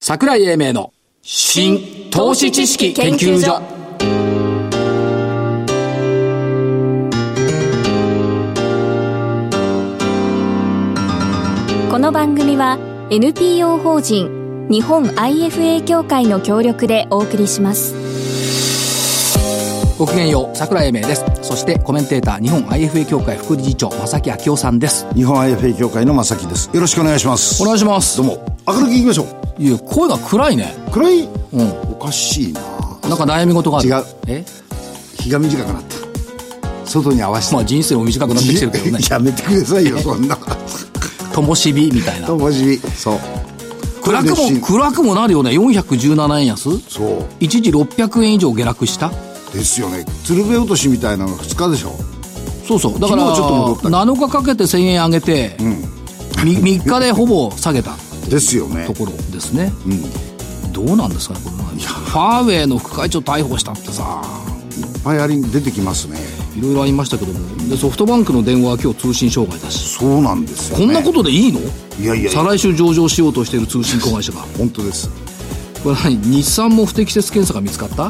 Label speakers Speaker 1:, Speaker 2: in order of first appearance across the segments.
Speaker 1: 桜井英明の新投資知識研究所
Speaker 2: この番組は NPO 法人日本 IFA 協会の協力でお送りします
Speaker 1: ごきげんよう桜井英明ですそしてコメンテーター日本 IFA 協会副理事長正木昭夫さんです
Speaker 3: 日本 IFA 協会の正木ですよろしくお願いします
Speaker 1: お願いします
Speaker 3: どうも明るくいきましょう
Speaker 1: いや声が暗いね
Speaker 3: 暗い、
Speaker 1: ん
Speaker 3: おかしいな
Speaker 1: なんか悩み事がある
Speaker 3: 違う
Speaker 1: え
Speaker 3: 日が短くなった外に合わせて、
Speaker 1: まあ人生も短くなってきてる けどね
Speaker 3: やめてください よそんな
Speaker 1: ともしびみたいな
Speaker 3: ともじびそう
Speaker 1: 暗くも暗くもなるよね417円安
Speaker 3: そう
Speaker 1: 一時600円以上下落した
Speaker 3: ですよね鶴瓶落としみたいなのが2日でしょ
Speaker 1: そうそうだから
Speaker 3: 昨日はちょっと戻ったけど
Speaker 1: 7日かけて1000円上げて、み3日でほぼ下げた
Speaker 3: ですよね
Speaker 1: ところですね、どうなんですかねこれねファーウェイの副会長逮捕したってさ
Speaker 3: いっぱいあり出てきますね
Speaker 1: いろいろありましたけどもでソフトバンクの電話は今日通信障害だし
Speaker 3: そうなんですよ、
Speaker 1: こ
Speaker 3: ね、
Speaker 1: んなことでいいの
Speaker 3: いやいやい
Speaker 1: 再
Speaker 3: や
Speaker 1: 来週上場しようとしている通信子会社が
Speaker 3: 本当です
Speaker 1: これ何日産も不適切検査が見つかった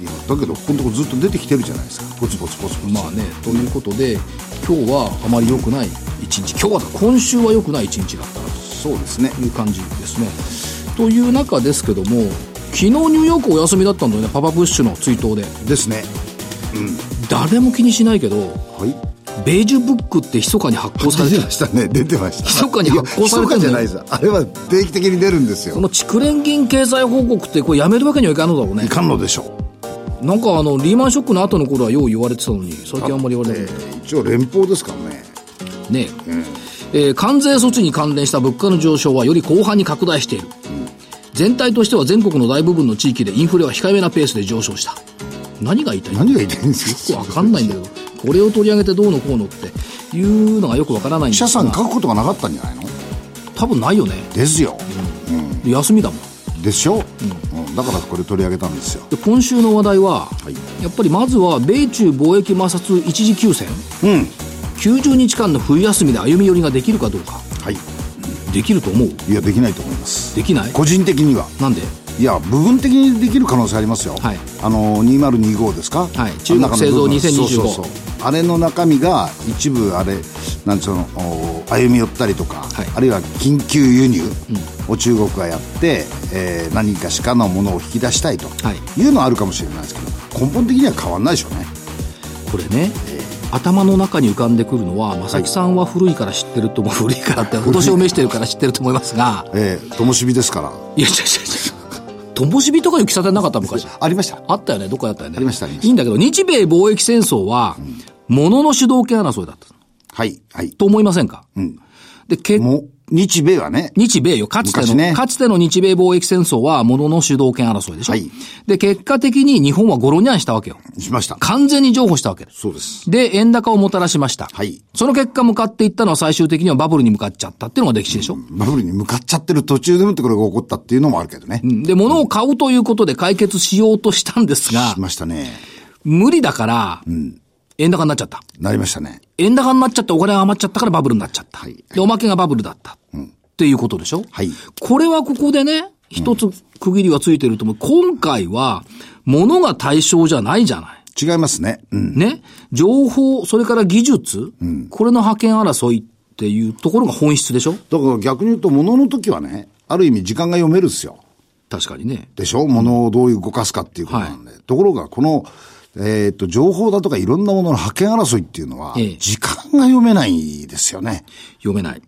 Speaker 3: いやだけどここのとこずっと出てきてるじゃないですかポツポツポツポツ
Speaker 1: まあねということで今日はあまり良くない一日今日は今週は良くない一日だったな
Speaker 3: そうですね
Speaker 1: という感じですね。という中ですけども昨日ニューヨークお休みだったんだよねパパブッシュの追悼で
Speaker 3: ですね
Speaker 1: 誰も気にしないけど
Speaker 3: はい
Speaker 1: ベージュブックって密かに発行されて
Speaker 3: 出 て
Speaker 1: る
Speaker 3: ましたね出てました
Speaker 1: 密かに発行されてんの
Speaker 3: いや密かじゃないですあれは定期的に出るんです
Speaker 1: こ
Speaker 3: よ
Speaker 1: の蓄錬金経済報告ってこれやめるわけにはいかんのだろうね
Speaker 3: いかんのでしょう
Speaker 1: なんかあのリーマンショックの後の頃はよう言われてたのに最近あんまり言われ
Speaker 3: え
Speaker 1: てない
Speaker 3: ー一応連邦ですからね
Speaker 1: ねええー関税措置に関連した物価の上昇はより広範に拡大している、全体としては全国の大部分の地域でインフレは控えめなペースで上昇した何が言いたいの
Speaker 3: 何が言いたいんです
Speaker 1: よ
Speaker 3: か
Speaker 1: くわかんないんだけど、これを取り上げてどうのこうのっていうのがよくわからないんで
Speaker 3: 記
Speaker 1: すが
Speaker 3: 者さん書くことがなかったんじゃないの
Speaker 1: 多分ないよね。
Speaker 3: ですよ、
Speaker 1: 休みだもん。
Speaker 3: でしょ、うん、だからこれ取り上げたんですよ
Speaker 1: で今週の話題は、やっぱりまずは米中貿易摩擦一時休戦、
Speaker 3: うん
Speaker 1: 90日間の冬休みで歩み寄りができるかどうか、
Speaker 3: はい
Speaker 1: できると思う
Speaker 3: いやできないと思います
Speaker 1: できない
Speaker 3: 個人的には
Speaker 1: なんで
Speaker 3: いや部分的にできる可能性ありますよ、
Speaker 1: はい
Speaker 3: あの2025ですか、
Speaker 1: はい中国製造
Speaker 3: あの中の部分そうそう
Speaker 1: 2025
Speaker 3: そうあれの中身が一部あれなんつうのお歩み寄ったりとか、
Speaker 1: はい
Speaker 3: あるいは緊急輸入を中国がやって、えー何かしかのものを引き出したいと
Speaker 1: はい
Speaker 3: いうのはあるかもしれないですけど根本的には変わんないでしょうね
Speaker 1: これね、頭の中に浮かんでくるのは、正木さんは古いから知ってると思 う、古いからって、お年を召してるから知ってると思いますが、
Speaker 3: えー灯火ですから
Speaker 1: いや、違う違う違う。ともしびとかいう喫茶店なかった昔。
Speaker 3: ありました
Speaker 1: あったよね、どっかやったよね。
Speaker 3: ありましたありました
Speaker 1: いいんだけど、日米貿易戦争は、ものの主導権争いだった。
Speaker 3: はいはい
Speaker 1: と思いませんかで、結
Speaker 3: もう日米はね
Speaker 1: 日米よ、かつての、
Speaker 3: 昔ね
Speaker 1: かつての日米貿易戦争は、ものの主導権争いでしょ。
Speaker 3: はい
Speaker 1: で、結果的に日本はゴロニャンしたわけよ。
Speaker 3: しました
Speaker 1: 完全に譲歩したわけです。
Speaker 3: そうです
Speaker 1: で、円高をもたらしました。
Speaker 3: はい
Speaker 1: その結果向かっていったのは最終的にはバブルに向かっちゃったっていうのが歴史でしょ。
Speaker 3: バブルに向かっちゃってる途中でもってこれが起こったっていうのもあるけどね、
Speaker 1: で、物を買うということで解決しようとしたんですが
Speaker 3: し、ましたね
Speaker 1: 無理だから、円高になっちゃった。
Speaker 3: なりましたね
Speaker 1: 円高になっちゃってお金が余っちゃったからバブルになっちゃった。
Speaker 3: はい
Speaker 1: で、おまけがバブルだった。っていうことでしょ
Speaker 3: はい
Speaker 1: これはここでね、一つ区切りはついてると思う。今回は、物が対象じゃないじゃない。
Speaker 3: 違いますねうん
Speaker 1: ね。情報、それから技術、これの覇権争いっていうところが本質でしょ
Speaker 3: だから逆に言うと物の時はねある意味時間が読めるっすよ
Speaker 1: 確かにね。
Speaker 3: でしょ物をどういう動かすかっていうことなんで、ところがこのえーっと情報だとかいろんなものの覇権争いっていうのは、
Speaker 1: ええ
Speaker 3: 時間が読めないですよね
Speaker 1: 読めない。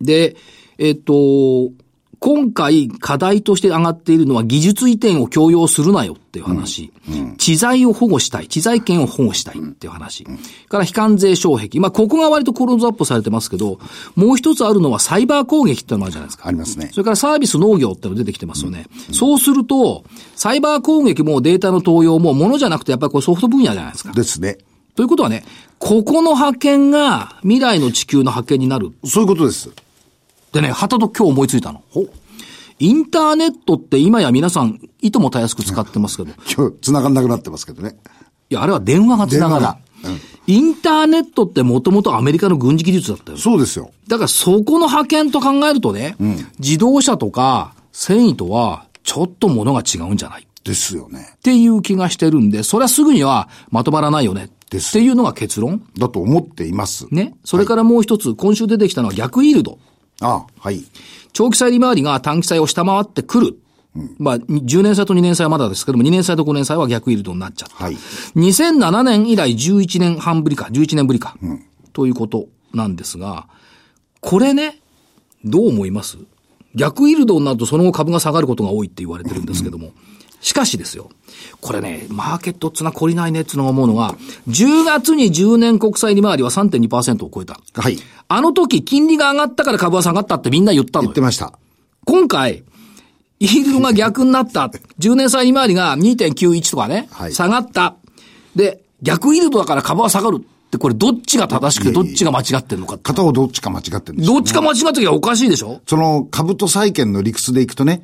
Speaker 1: で、えっ、と、今回課題として上がっているのは技術移転を強要するなよっていう話。知財を保護したい。知財権を保護したいっていう話。から非関税障壁。まあ、ここが割とクローズアップされてますけど、もう一つあるのはサイバー攻撃ってのもあるじゃないですか。
Speaker 3: ありますね
Speaker 1: それからサービス農業っての出てきてますよね。そうすると、サイバー攻撃もデータの盗用も物じゃなくてやっぱりこれソフト分野じゃないですか。
Speaker 3: ですね
Speaker 1: ということはね、ここの派遣が未来の地球の派遣になる
Speaker 3: そういうことです
Speaker 1: でね、はたと今日思いついたの。
Speaker 3: ほ
Speaker 1: インターネットって今や皆さん、いともたやすく使ってますけど、い
Speaker 3: 今日繋がんなくなってますけどね
Speaker 1: や、あれは電話がつながる
Speaker 3: 電話だうん。
Speaker 1: インターネットってもともとアメリカの軍事技術だったよ。
Speaker 3: そうですよ
Speaker 1: だからそこの派遣と考えるとね、自動車とか繊維とはちょっとものが違うんじゃないっ
Speaker 3: ですよね。
Speaker 1: ていう気がしてるんで、それはすぐにはまとまらないよねっていうのが結論。
Speaker 3: だと思っています。
Speaker 1: ね。それからもう一つ、今週出てきたのは逆イールド。
Speaker 3: あはい。
Speaker 1: 長期債利回りが短期債を下回ってくる。まあ、に10年債と2年債はまだですけども、2年債と5年債は逆イールドになっちゃった。
Speaker 3: はい。
Speaker 1: 2007年以来11年半ぶりか、11年ぶりか、ということなんですが、これね、どう思います逆イールドになるとその後株が下がることが多いって言われてるんですけども、しかしですよ、これね、マーケットっつうのは懲りないねっつうのが思うのが、10月に10年国債利回りは3.2%を超えた。
Speaker 3: はい。
Speaker 1: あの時、金利が上がったから株は下がったってみんな言ったの
Speaker 3: 言
Speaker 1: よ
Speaker 3: って。ました。
Speaker 1: 今回、イールドが逆になった。10年債利回りが2.91とかね、
Speaker 3: はい
Speaker 1: 下がった。で、逆イールドだから株は下がるって、これどっちが正しくてどっちが間違ってるのかって。
Speaker 3: 片方どっちか間違ってるんですよ
Speaker 1: どっちか間違ってきゃおかしいでしょ
Speaker 3: その株と債券の理屈でいくとね、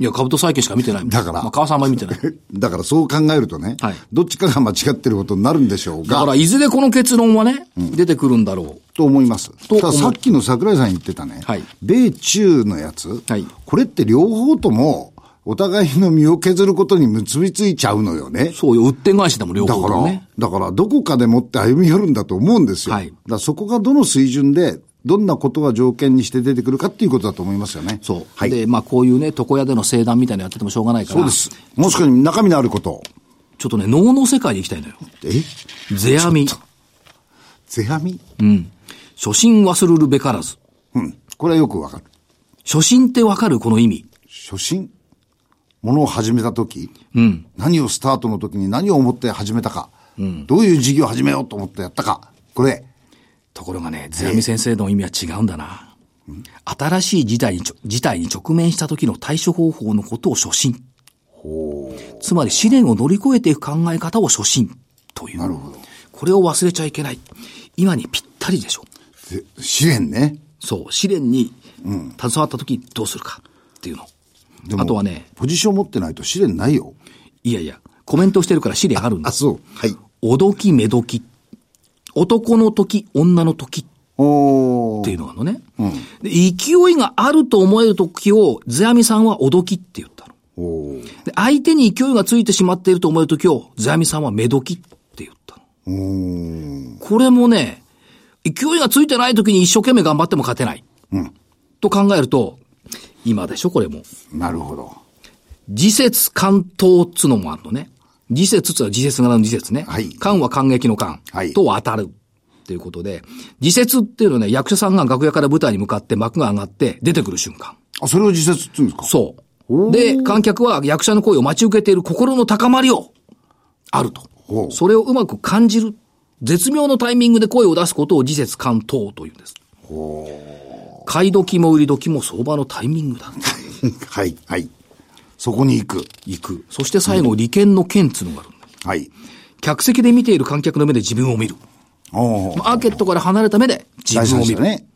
Speaker 1: いや、株と債券しか見てないもん。
Speaker 3: だから
Speaker 1: まあ、川さんあんまり見てない。
Speaker 3: だからそう考えるとね、
Speaker 1: はい
Speaker 3: どっちかが間違ってることになるんでしょう
Speaker 1: だか
Speaker 3: が、
Speaker 1: ら、いずれこの結論はね、出てくるんだろ
Speaker 3: と思います。
Speaker 1: と
Speaker 3: たださっきの桜井さん言ってたね、
Speaker 1: はい
Speaker 3: 米中のやつ、
Speaker 1: はい
Speaker 3: これって両方とも、お互いの身を削ることに結びついちゃうのよね
Speaker 1: う。。そうよ、売って返しでも両
Speaker 3: だ
Speaker 1: 方
Speaker 3: か
Speaker 1: と
Speaker 3: ら、
Speaker 1: もね。
Speaker 3: だからどこかでもって歩み寄るんだと思うんですよ。
Speaker 1: はい
Speaker 3: だからそこがどの水準で、どんなことが条件にして出てくるかっていうことだと思いますよね。
Speaker 1: そう。
Speaker 3: はい。
Speaker 1: で、まあ、こういうね、床屋での聖談みたいなのやっててもしょうがないから。
Speaker 3: そうです。もしくは中身のあることを。
Speaker 1: ちょっとね、能の世界で行きたいのよ。
Speaker 3: え
Speaker 1: 世阿弥。
Speaker 3: 世阿弥
Speaker 1: 初心忘るるべからず。
Speaker 3: うん。これはよくわかる。
Speaker 1: 初心ってわかるこの意味。
Speaker 3: 初心ものを始めたとき、うん、何をスタートのときに何を思って始めたか、うん、どういう事業を始めようと思ってやったか、これ、
Speaker 1: ところがね、世阿弥先生の意味は違うんだな。新しい事態にちょ、事態に直面した時の対処方法のことを初心。つまり試練を乗り越えていく考え方を初心という。
Speaker 3: なるほど
Speaker 1: これを忘れちゃいけない。今にぴったりでしょ。
Speaker 3: ぜ試練ね。
Speaker 1: そう、試練に携わった時どうするかっていうの。
Speaker 3: でも
Speaker 1: あとはね、
Speaker 3: ポジション持ってないと試練ないよ。
Speaker 1: いやいや、コメントしてるから試練あるんだ。
Speaker 3: そう。はい。
Speaker 1: おどきめどき。男の時、女の時
Speaker 3: お
Speaker 1: っていうのがあるのね。
Speaker 3: ん
Speaker 1: で勢いがあると思える時を、世阿弥さんはおどきって言ったの。
Speaker 3: おおー
Speaker 1: で相手に勢いがついてしまっていると思える時を、世阿弥さんはめどきって言ったの。
Speaker 3: おー
Speaker 1: これもね、勢いがついてない時に一生懸命頑張っても勝てない。
Speaker 3: うん。
Speaker 1: と考えると、今でしょ、これも。
Speaker 3: なるほど。
Speaker 1: 自節関東っつのもあるのね。自節っつうのは自節柄の自節ね。
Speaker 3: はい
Speaker 1: 関は感激の関。
Speaker 3: はい
Speaker 1: と当たる。っていうことで、自節っていうのはね、役者さんが楽屋から舞台に向かって幕が上がって出てくる瞬間。
Speaker 3: あ、それを自殺って言うんですか
Speaker 1: そう。で、観客は役者の声を待ち受けている心の高まりを、あると
Speaker 3: ほ。う
Speaker 1: それをうまく感じる。絶妙のタイミングで声を出すことを時節関東というんです。買い時も売り時も相場のタイミングだ。
Speaker 3: はい。はい。そこに行く。
Speaker 1: 行く。そして最後、利権の権っつうのがあるんだ。
Speaker 3: はい。
Speaker 1: 客席で見ている観客の目で自分を見る。
Speaker 3: おお。
Speaker 1: マーケットから離れた目で自
Speaker 3: 大事
Speaker 1: 分を
Speaker 3: で
Speaker 1: 見
Speaker 3: す
Speaker 1: る。
Speaker 3: よね。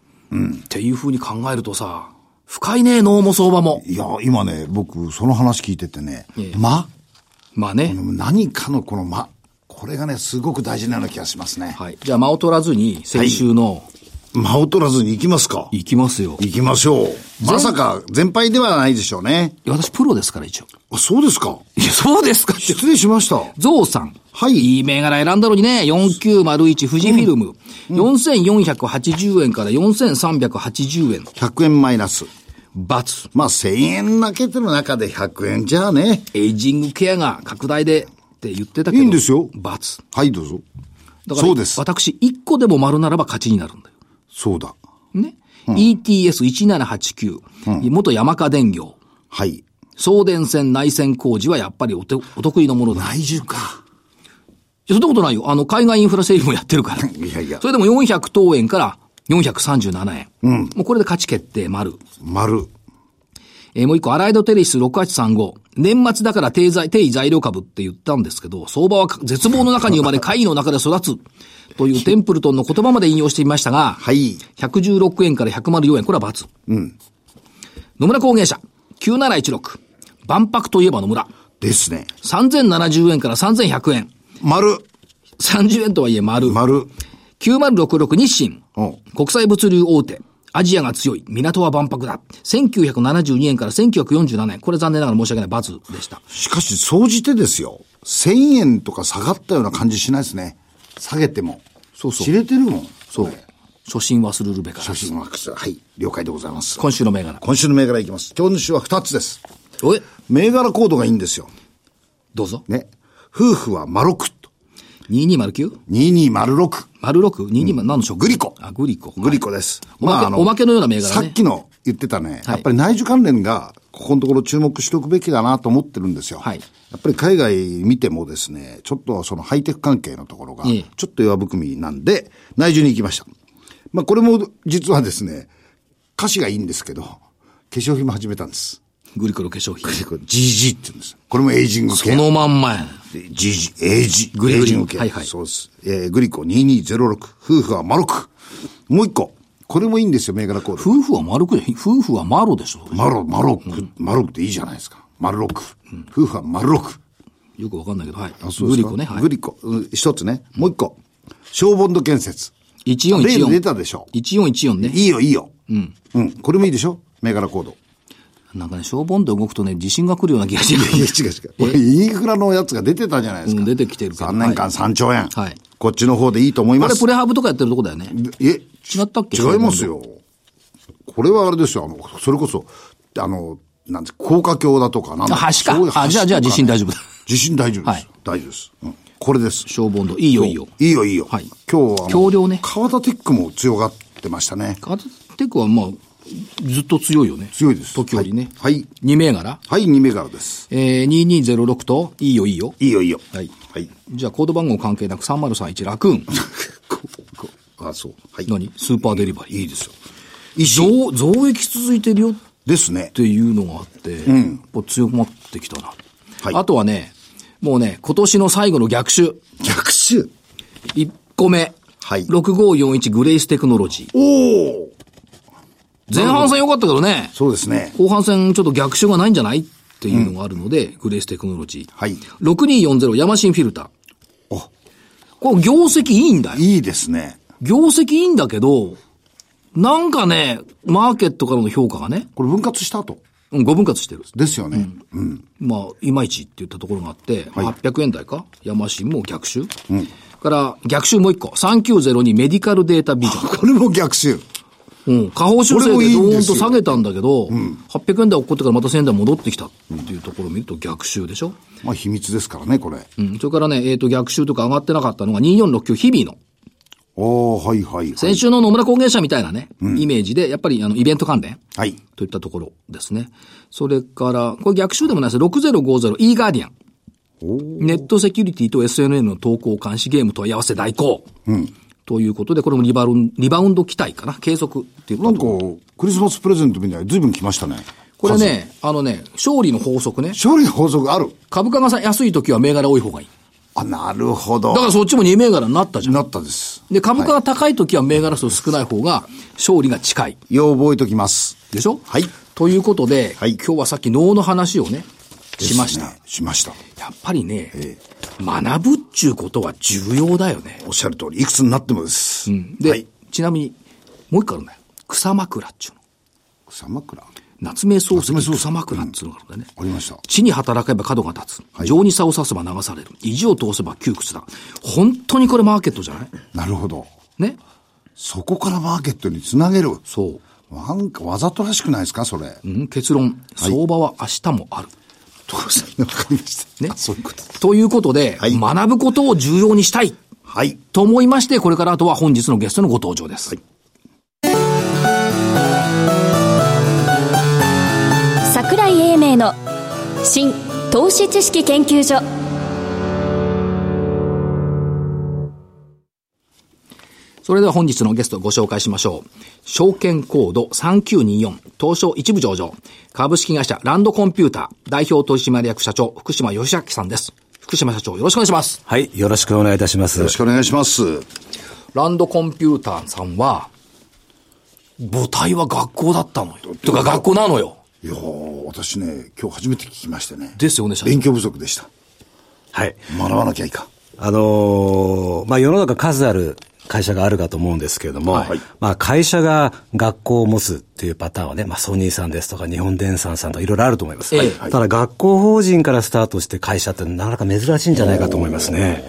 Speaker 1: っていう風に考えるとさ、深いね、脳も相場も。
Speaker 3: いや、今ね、僕、その話聞いててね、
Speaker 1: ええ
Speaker 3: ま
Speaker 1: まあね。
Speaker 3: 何かのこの間、これがね、すごく大事なような気がしますね。
Speaker 1: はい。じゃあ、間を取らずに、先週の、
Speaker 3: 間を取らずに行きますか。
Speaker 1: 行きますよ。
Speaker 3: 行きましょう。まさか、全敗ではないでしょうね。
Speaker 1: いや私プロですから、一応。
Speaker 3: あ、そうですか。
Speaker 1: いや、そうですかって。
Speaker 3: 失礼しました。
Speaker 1: ゾウさん。
Speaker 3: はい
Speaker 1: いい銘柄選んだのにね、4901富士フィルム。4480円から4380円。
Speaker 3: 100円マイナス。
Speaker 1: バツ。
Speaker 3: まあ、1000円負けてる中で100円じゃあね。
Speaker 1: エイジングケアが拡大でって言ってたけど。
Speaker 3: いいんですよ
Speaker 1: バツ。
Speaker 3: はい、どうぞ。
Speaker 1: だから、
Speaker 3: そうです。
Speaker 1: 私、1個でも丸ならば勝ちになるんだよ。
Speaker 3: そうだ。
Speaker 1: ね。ETS1789、元山科電業。
Speaker 3: はい。
Speaker 1: 送電線内線工事はやっぱりお手お得意のものだ。
Speaker 3: 内需か。
Speaker 1: いやそんなことないよ。あの、海外インフラ整備もやってる から。
Speaker 3: いやいや
Speaker 1: それでも400等円から437円。もうこれで価値決定、丸。
Speaker 3: 丸。
Speaker 1: えーもう一個、アライドテレス6835。年末だから低材、低材料株って言ったんですけど、相場は絶望の中に生まれ、会議の中で育つ。というテンプルトンの言葉まで引用してみましたが、
Speaker 3: はい。
Speaker 1: 116円から104円、これは×。うん。野村工芸社、9716。万博といえば野村。
Speaker 3: ですね。
Speaker 1: 3070円から3100円。
Speaker 3: 丸。
Speaker 1: 30円とはいえ丸。
Speaker 3: 丸。
Speaker 1: 9066日清
Speaker 3: うん。
Speaker 1: 国際物流大手。アジアが強い。港は万博だ。1972年から1947年。これ残念ながら申し訳ない。バツでした。
Speaker 3: しかし、総じてですよ。1000円とか下がったような感じしないですね。下げても。
Speaker 1: そうそう
Speaker 3: 知れてるもん。そう。
Speaker 1: 初心忘れるべから
Speaker 3: 写真マックス。はい。了解でございます。
Speaker 1: 今週の銘柄。
Speaker 3: 今週の銘柄いきます。今日の週は2つです。
Speaker 1: おい
Speaker 3: 銘柄コードがいいんですよ。
Speaker 1: どうぞ。
Speaker 3: ね。夫婦はマロクと。
Speaker 1: 2209?06?22
Speaker 3: 2206。
Speaker 1: 何の食
Speaker 3: グリコ
Speaker 1: あ、グリコ。
Speaker 3: グリコです。
Speaker 1: おまけ
Speaker 3: あ
Speaker 1: おまけのような銘柄ね
Speaker 3: さっきの言ってたね、
Speaker 1: はい
Speaker 3: やっぱり内需関連が、ここのところ注目しておくべきだなと思ってるんですよ。
Speaker 1: はい
Speaker 3: やっぱり海外見てもですね、ちょっとそのハイテク関係のところが、
Speaker 1: ええ
Speaker 3: ちょっと弱含みなんで、内需に行きました。まあこれも実はですね、歌詞がいいんですけど、化粧品も始めた んです。
Speaker 1: グリコの化粧品。
Speaker 3: これ GG って言うんです。これもエイジング
Speaker 1: そ
Speaker 3: 系。
Speaker 1: のまんまやね。
Speaker 3: ジジ、エイジ、
Speaker 1: グリグリ
Speaker 3: エイジング系
Speaker 1: はいはい
Speaker 3: そうです。えー、グリコ2206、夫婦はマロク。もう一個。これもいいんですよ、銘柄コード。
Speaker 1: 夫婦は丸くで、夫婦はマロでしょ。
Speaker 3: マロ、マロク、マロクっていいじゃないですか。マロク。夫婦はマロク。
Speaker 1: よくわかんないけど、はい。
Speaker 3: そう
Speaker 1: グ
Speaker 3: です
Speaker 1: リ
Speaker 3: か
Speaker 1: コね、は
Speaker 3: グリコ。うん一つね。もう一個。小ボンド建設。
Speaker 1: い。
Speaker 3: 例の出
Speaker 1: 1414。
Speaker 3: たでしょ。
Speaker 1: 1414ね。
Speaker 3: いいよ、いいよ。うん。うん。これもいいでしょ銘柄コード。
Speaker 1: なんかね、小ボンド動くとね、地震が来るような気がし
Speaker 3: いや、
Speaker 1: る。
Speaker 3: 違う違 う。これ、インフラのやつが出てたじゃないです
Speaker 1: う
Speaker 3: か。
Speaker 1: ん出てきてるけど
Speaker 3: 3年
Speaker 1: は
Speaker 3: 間3兆円。
Speaker 1: はい
Speaker 3: こっちの方でいいと思い
Speaker 1: こ
Speaker 3: ま
Speaker 1: れ
Speaker 3: す
Speaker 1: プ。レハブとかやってるとこだよね。
Speaker 3: え、
Speaker 1: 違ったっけ
Speaker 3: 違いますよ。これはあれですよ。あの、それこそ、あの、なんて、高架橋だとか、なんだとか
Speaker 1: 橋か
Speaker 3: そういう
Speaker 1: あじゃあじゃあ地震大丈 夫だ。
Speaker 3: 地震大丈夫で
Speaker 1: は
Speaker 3: す
Speaker 1: い。
Speaker 3: 大丈夫です。うんこれです。
Speaker 1: 小ボンド。いいよ、いいよ。
Speaker 3: いいよ、いいよ。
Speaker 1: はい
Speaker 3: 今日はあの、
Speaker 1: 橋梁ね
Speaker 3: 川田テックも強がってましたね。
Speaker 1: カズテクはまあ、ずっと強いよね。
Speaker 3: 強いです。
Speaker 1: 時折ね。
Speaker 3: はい。
Speaker 1: 2銘柄
Speaker 3: はい、2銘柄です。
Speaker 1: えー、2206と、いいよいいよ。
Speaker 3: いいよ、いいよ。
Speaker 1: はい。
Speaker 3: はい。
Speaker 1: じゃあコード番号関係なく3031ラクーン。
Speaker 3: ここあ、そう。はい。
Speaker 1: 何スーパーデリバリー。
Speaker 3: いいですよ。
Speaker 1: 増、増益続いてるよっ
Speaker 3: ですね。
Speaker 1: ていうのがあって、やっぱ強まってきたな。
Speaker 3: はい
Speaker 1: あとはね、もうね、今年の最後の逆襲。
Speaker 3: 逆襲。
Speaker 1: 1個目。
Speaker 3: はい
Speaker 1: 6541グレイステクノロジー。
Speaker 3: おお
Speaker 1: 前半戦良かったけどね。
Speaker 3: そうですね。
Speaker 1: 後半戦ちょっと逆襲がないんじゃないっていうのがあるので、グレーステクノロジー。
Speaker 3: はい
Speaker 1: 6240ヤマシンフィルター。
Speaker 3: あ、
Speaker 1: これ業績いいんだよ。
Speaker 3: いいですね。
Speaker 1: 業績いいんだけど、なんかね、マーケットからの評価がね、
Speaker 3: これ分割した後。
Speaker 1: うん、5分割してる。
Speaker 3: ですよね。うん
Speaker 1: まあ、いまいちって言ったところがあって、
Speaker 3: はい
Speaker 1: 800円台かヤマシンも逆襲。から、逆襲もう一個。3902メディカルデータビジョン。
Speaker 3: これも逆襲。
Speaker 1: うん。下方修正
Speaker 3: これも
Speaker 1: で
Speaker 3: いい
Speaker 1: ド
Speaker 3: ん
Speaker 1: ー
Speaker 3: で
Speaker 1: ン
Speaker 3: す
Speaker 1: と
Speaker 3: よ
Speaker 1: 下げたんだけど、800円台落っこってからまた1000円台戻ってきたっていうところを見ると逆襲でしょ。
Speaker 3: まあ秘密ですからね、これ。
Speaker 1: うん。それからね、えっ、と、逆襲とか上がってなかったのが2469日々の。
Speaker 3: ああ、はいはい、はい。
Speaker 1: 先週の野村工芸社みたいなね、イメージで、やっぱりあの、イベント関連
Speaker 3: はい。
Speaker 1: といったところですね。それから、これ逆襲でもないです。6050 e ガーディアン。ネットセキュリティと SNN の投稿監視ゲーム問い合わせ代行。ということで、これもリバウンリバウンド期待かな。継続っていう
Speaker 3: な
Speaker 1: こ
Speaker 3: ん
Speaker 1: と
Speaker 3: か、クリスマスプレゼントみたいに随分来ましたね。
Speaker 1: これね、あのね、勝利の法則ね。
Speaker 3: 勝利の法則ある。
Speaker 1: 株価がさ安い時は銘柄多い方がいい。
Speaker 3: あ、なるほど
Speaker 1: だ。からそっちも2銘柄になったじゃん。
Speaker 3: なったです。
Speaker 1: で、株価が高い時は銘柄数少ない方が勝利が近い。
Speaker 3: よう覚えときます。
Speaker 1: でしょ
Speaker 3: はい。
Speaker 1: ということで、
Speaker 3: はい
Speaker 1: 今日はさっき能の話をね、しました。
Speaker 3: ですね。しました。
Speaker 1: やっぱりね、学ぶっちゅうことは重要だよね。
Speaker 3: おっしゃる通り、いくつになってもです。
Speaker 1: で、
Speaker 3: はい。
Speaker 1: ちなみに、もう一個あるんだよ。草枕っちゅうの。
Speaker 3: 草枕。あ
Speaker 1: 夏目漱石
Speaker 3: 夏目漱石
Speaker 1: 草枕っつうのがあるんだよね。
Speaker 3: りました。
Speaker 1: 地に働けば角が立つ。情に差を刺せば流される。意地を通せば窮屈だ。本当にこれマーケットじゃない
Speaker 3: なるほど。
Speaker 1: ね
Speaker 3: そこからマーケットにつなげる。
Speaker 1: そう。
Speaker 3: なんかわざとらしくないですか、それ。
Speaker 1: うん、結論、相場は明日もある。
Speaker 3: 所さんわかりました。
Speaker 1: ね
Speaker 3: あそういうこと。
Speaker 1: ということで、
Speaker 3: はい
Speaker 1: 学ぶことを重要にしたい
Speaker 3: はい。
Speaker 1: と思いまして、これからあとは本日のゲストのご登場です。
Speaker 2: 桜井英明の新投資知識研究所
Speaker 1: それでは本日のゲストをご紹介しましょう。証券コード3924東証一部上場株式会社ランドコンピューター代表取締役社長福島義明さんです。福島社長よろしくお願いします。
Speaker 4: はい、よろしくお願いいたします。
Speaker 3: よろしくお願いします。
Speaker 1: ランドコンピューターさんは母体は学校だったのよ。とか学校なのよ。
Speaker 3: いやー私ね、今日初めて聞きましてね。
Speaker 1: ですよね社長
Speaker 3: 勉強不足でした。
Speaker 4: はい。
Speaker 3: 学ばなきゃいかん。
Speaker 4: あのーまあ、世の中数ある会社があるかと思うんですけれども、まあ会社が学校を持つっていうパターンはね、まあソニーさんですとか日本電産さんとかいろいろあると思います。
Speaker 1: ええ
Speaker 4: ただ学校法人からスタートして会社ってなかなか珍しいんじゃないかと思いますね。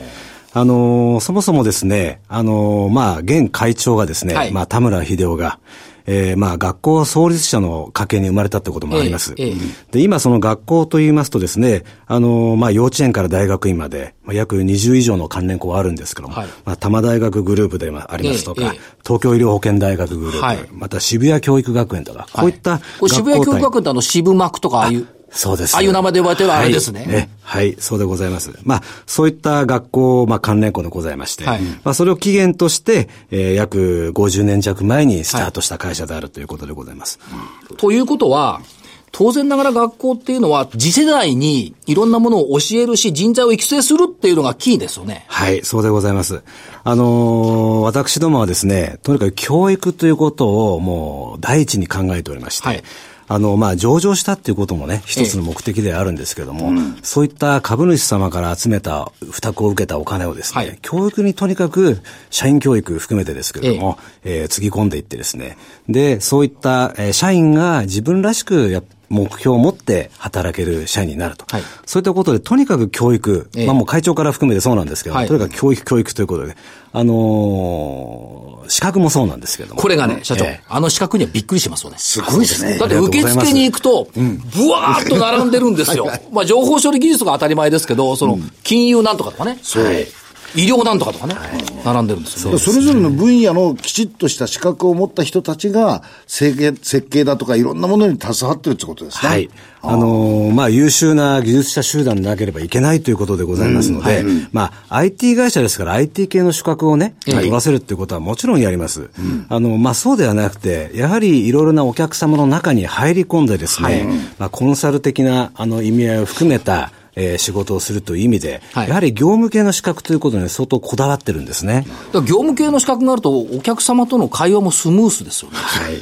Speaker 4: あのーそもそもですね、あのーまあ、現会長がですね、
Speaker 1: はい
Speaker 4: まあ、田村秀夫が、えーまあ、学校創立者の家系に生まれたってこともあります。
Speaker 1: ええええ
Speaker 4: で、今その学校と言いますとですね、あの、まあ、幼稚園から大学院まで、まあ、約20以上の関連校あるんですけども、
Speaker 1: はい
Speaker 4: まあ、多摩大学グループでまあありますとか、
Speaker 1: ええええ
Speaker 4: 東京医療保健大学グループ、
Speaker 1: はい
Speaker 4: また渋谷教育学園とか、こういった学
Speaker 1: こ
Speaker 4: 校
Speaker 1: れ渋谷教育学
Speaker 4: 体
Speaker 1: 園ってあの渋幕とかああいう。
Speaker 4: そうです。
Speaker 1: ああいう名前で呼ばれてるあれですね
Speaker 4: はい、はい、そうでございます。まあ、そういった学校、まあ、関連校でございまして、
Speaker 1: はい
Speaker 4: まあ、それを起源として、えー約50年弱前にスタートした会社であるということでございます。
Speaker 1: ということは、当然ながら学校っていうのは次世代にいろんなものを教えるし人材を育成するっていうのがキーですよね。
Speaker 4: はい、そうでございます。あのー私どもはですね、とにかく教育ということをもう第一に考えておりまして、
Speaker 1: はい
Speaker 4: あの、まあ、上場したっていうこともね、一つの目的ではあるんですけども、そういった株主様から集めた、負託を受けたお金をですね、
Speaker 1: はい
Speaker 4: 教育にとにかく、社員教育含めてですけれども、えーつぎ込んでいってですね、で、そういった、えー社員が自分らしくやっ目標を持って働ける社員になると。
Speaker 1: はい
Speaker 4: そういったことで、とにかく教育、
Speaker 1: ええ
Speaker 4: まあもう会長から含めてそうなんですけど、
Speaker 1: はい
Speaker 4: とにかく教育教育ということで、あのー資格もそうなんですけども。
Speaker 1: これがね、社長、
Speaker 4: ええ
Speaker 1: あの資格にはびっくりしますよね。
Speaker 3: すごいですね
Speaker 1: だって受付に行くと、ブワーッと並んでるんですよ。まあ情報処理技術が当たり前ですけど、その金融なんとかとかね。はい医療なんとかとかね。並んでるんですよね。
Speaker 3: それぞれの分野のきちっとした資格を持った人たちが設計設計だとかいろんなものに携わってるってことですね。
Speaker 4: はい。あのーまあ、優秀な技術者集団でなければいけないということでございますので、まあ、IT 会社ですから IT 系の資格をね、
Speaker 1: ええ
Speaker 4: 取らせるっていうことはもちろんやります。あの、まあ、そうではなくて、やはりいろいろなお客様の中に入り込んでですね、まあ、コンサル的な、あの、意味合いを含めた、えー仕事をするという意味で、
Speaker 1: はい
Speaker 4: やはり業務系の資格ということに相当こだわってるんですね。
Speaker 1: だから業務系の資格があると、お客様との会話もスムースですよね。。
Speaker 4: はい。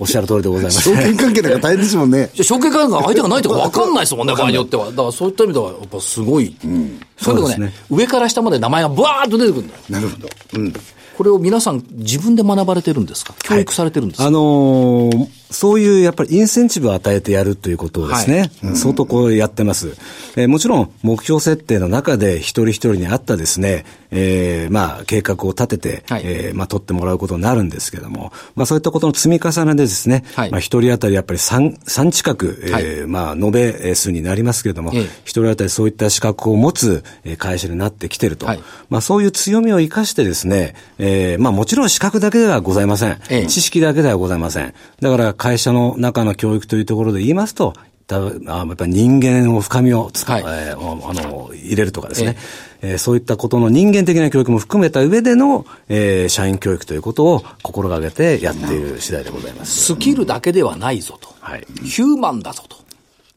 Speaker 4: おっしゃる通りでございます。
Speaker 3: 証券関係なんか大変ですもんね
Speaker 1: じゃあ証券会が相手がないとか分かんないですもんね、場合によっては。だからそういった意味では、やっぱすごい。そういうのが
Speaker 4: そう
Speaker 1: ね
Speaker 4: ですね
Speaker 1: 上から下まで名前がブワーッと出てくるんだよ。
Speaker 3: なるほど。うん。
Speaker 1: これを皆さん自分で学ばれてるんですか教育されてるんですか、
Speaker 4: あのーそういうやっぱりインセンティブを与えてやるということをですね、相当こうやってます。えーもちろん目標設定の中で一人一人に合ったですね、えーまあ計画を立てて、
Speaker 1: はい
Speaker 4: えーまあ取ってもらうことになるんですけども、まあそういったことの積み重ねでですね、
Speaker 1: はい
Speaker 4: まあ一人当たりやっぱり3、三近く、えー
Speaker 1: は
Speaker 4: まあ延べ数になりますけれども、
Speaker 1: ええ
Speaker 4: 一人当たりそういった資格を持つえー会社になってきてると。
Speaker 1: はい
Speaker 4: まあそういう強みを生かしてですね、えーまあもちろん資格だけではございません。
Speaker 1: ええ
Speaker 4: 知識だけではございません。だから会社の中の教育というところで言いますと、だあやっぱり人間を深みをつか、
Speaker 1: はい
Speaker 4: えーおあの入れるとかですね、えーそういったことの人間的な教育も含めた上での、えー社員教育ということを心がけてやっている次第でございます。
Speaker 1: スキルだけではないぞと。
Speaker 4: はい。
Speaker 1: ヒューマンだぞと。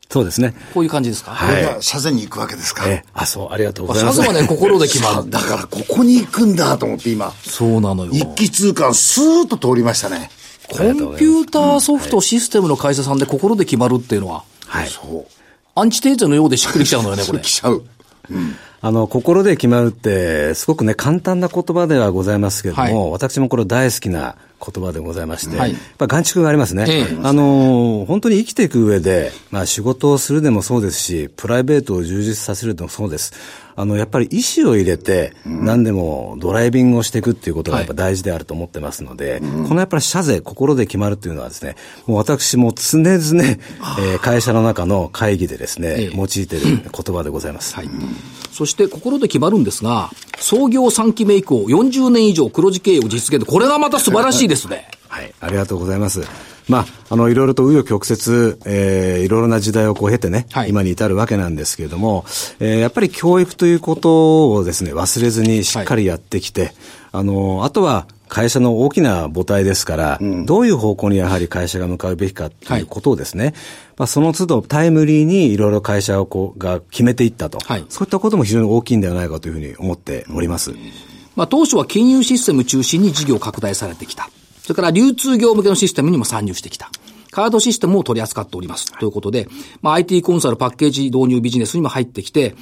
Speaker 4: そうですね。
Speaker 1: こういう感じですか
Speaker 3: こ
Speaker 4: はい
Speaker 3: れが社前に行くわけですか。
Speaker 4: えーあ、そう、ありがとうござい
Speaker 1: さ
Speaker 4: ます。
Speaker 1: ぞはね、心で決ま
Speaker 3: あ
Speaker 1: る。
Speaker 3: だからここに行くんだと思って今、
Speaker 1: そうなのよ。
Speaker 3: 一気通貫スーッと通りましたね。
Speaker 1: コンピューターソフトシステムの会社さんで心で決まるっていうのは、
Speaker 4: はい。
Speaker 3: そう。
Speaker 1: アンチテーゼのようでしっくりきちゃうのよね、こ れ。
Speaker 3: 来ちゃう。
Speaker 4: あの、心で決まるって、すごくね、簡単な言葉ではございますけれども、
Speaker 1: はい
Speaker 4: 私もこれ大好きな言葉でございまして、
Speaker 1: はい
Speaker 4: やっぱ眼蓄がありますね。
Speaker 1: ええ
Speaker 4: あの、本当に生きていく上で、まあ仕事をするでもそうですし、プライベートを充実させるでもそうです。あの、やっぱり意思を入れて、何でもドライビングをしていくっていうことがやっぱ大事であると思ってますので、このやっぱり社税、心で決まるっていうのはですね、もう私も常々、えー会社の中の会議でですね、
Speaker 1: ええ
Speaker 4: 用いている言葉でございます。
Speaker 1: はい。そして心で決まるんですが、創業3期目以降40年以上黒字経営を実現と、これがまた素晴らしいですね。
Speaker 4: はい、ありがとうございます。まあ、あの、いろいろと紆余曲折、えーいろいろな時代をこう経てね、
Speaker 1: はい
Speaker 4: 今に至るわけなんですけれども、えーやっぱり教育ということをですね、忘れずにしっかりやってきて、あの、あとは、会社の大きな母体ですから、どういう方向にやはり会社が向かうべきかということをですね、まあその都度タイムリーにいろいろ会社をこうが決めていったと、
Speaker 1: はい
Speaker 4: そういったことも非常に大きいんではないかというふうに思っております。
Speaker 1: まあ、当初は金融システム中心に事業を拡大されてきた。それから流通業向けのシステムにも参入してきた。カードシステムを取り扱っております。ということで、まあ、IT コンサルパッケージ導入ビジネスにも入ってきて、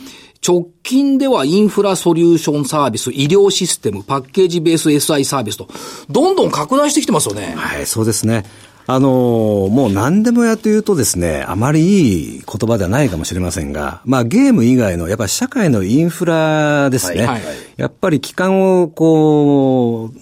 Speaker 1: 直近ではインフラソリューションサービス、医療システム、パッケージベース SI サービスと、どんどん拡大してきてますよね。
Speaker 4: はい、そうですね。あのーもう何でもやというとですね、あまりいい言葉ではないかもしれませんが、まあゲーム以外の、やっぱり社会のインフラですね。
Speaker 1: はいはい
Speaker 4: やっぱり機関をこう、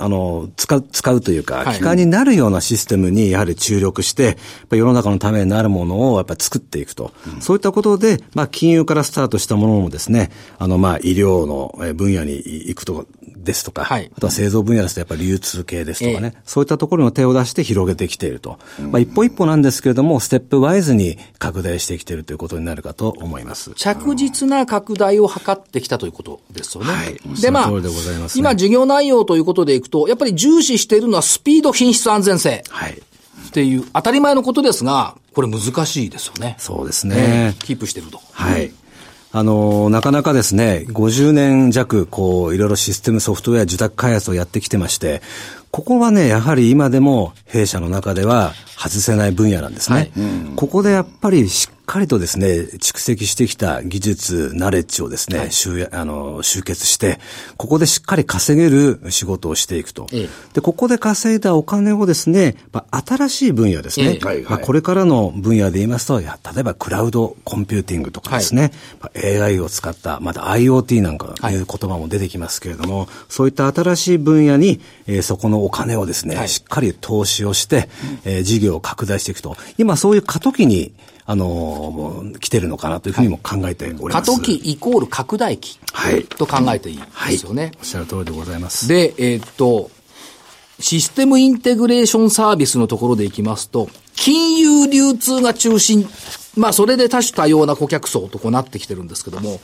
Speaker 4: あの、使う、使うというか、
Speaker 1: はい
Speaker 4: 機関になるようなシステムにやはり注力して、やっぱ世の中のためになるものをやっぱ作っていくと。そういったことで、まあ金融からスタートしたものもですね、あのまあ医療のえー分野に行くと、ですとか、
Speaker 1: はい
Speaker 4: あとは製造分野ですとやっぱり流通系ですとかね、そういったところにも手を出して広げてきていると。まあ一歩一歩なんですけれども、ステップワイズに拡大してきているということになるかと思います。
Speaker 1: 着実な拡大を図ってきたということですよね。
Speaker 4: はい
Speaker 1: で、まあ
Speaker 4: その通りでございますね
Speaker 1: 今、事業内容ということでいくと、やっぱり重視しているのはスピード、品質、安全性
Speaker 4: はい。
Speaker 1: っていう、当たり前のことですが、これ難しいですよね。
Speaker 4: そうです
Speaker 1: う
Speaker 4: ね。
Speaker 1: キープしてると。
Speaker 4: はい。あの、なかなかですね、50年弱、こう、いろいろシステムソフトウェア受託開発をやってきてまして、ここはね、やはり今でも弊社の中では外せない分野なんですね。
Speaker 1: はい
Speaker 4: ここでやっぱりしっかりとですね、蓄積してきた技術、ナレッジをですね、集約あの集結して、ここでしっかり稼げる仕事をしていくと。
Speaker 1: ええ
Speaker 4: で、ここで稼いだお金をですね、まあ新しい分野ですね
Speaker 1: ええ、
Speaker 3: はいはい
Speaker 4: まあこれからの分野で言いますと、いや例えばクラウドコンピューティングとかですね、まあ AI を使った、また IoT なんか
Speaker 1: はい
Speaker 4: いう言葉も出てきますけれども、そういった新しい分野に、えーそこのお金をですね、
Speaker 1: はい
Speaker 4: しっかり投資をして、えー事業を拡大していくと、今そういう過渡期に、あのーもう来てるのかなというふうにも考えており
Speaker 1: 過
Speaker 4: ます。
Speaker 1: 渡期。イコール拡大期
Speaker 4: はい
Speaker 1: と考えていいですよね。
Speaker 4: おっしゃる通りでございます。
Speaker 1: で、えーっと、システムインテグレーションサービスのところでいきますと、金融流通が中心、まあそれで多種多様な顧客層とこうなってきてるんですけども、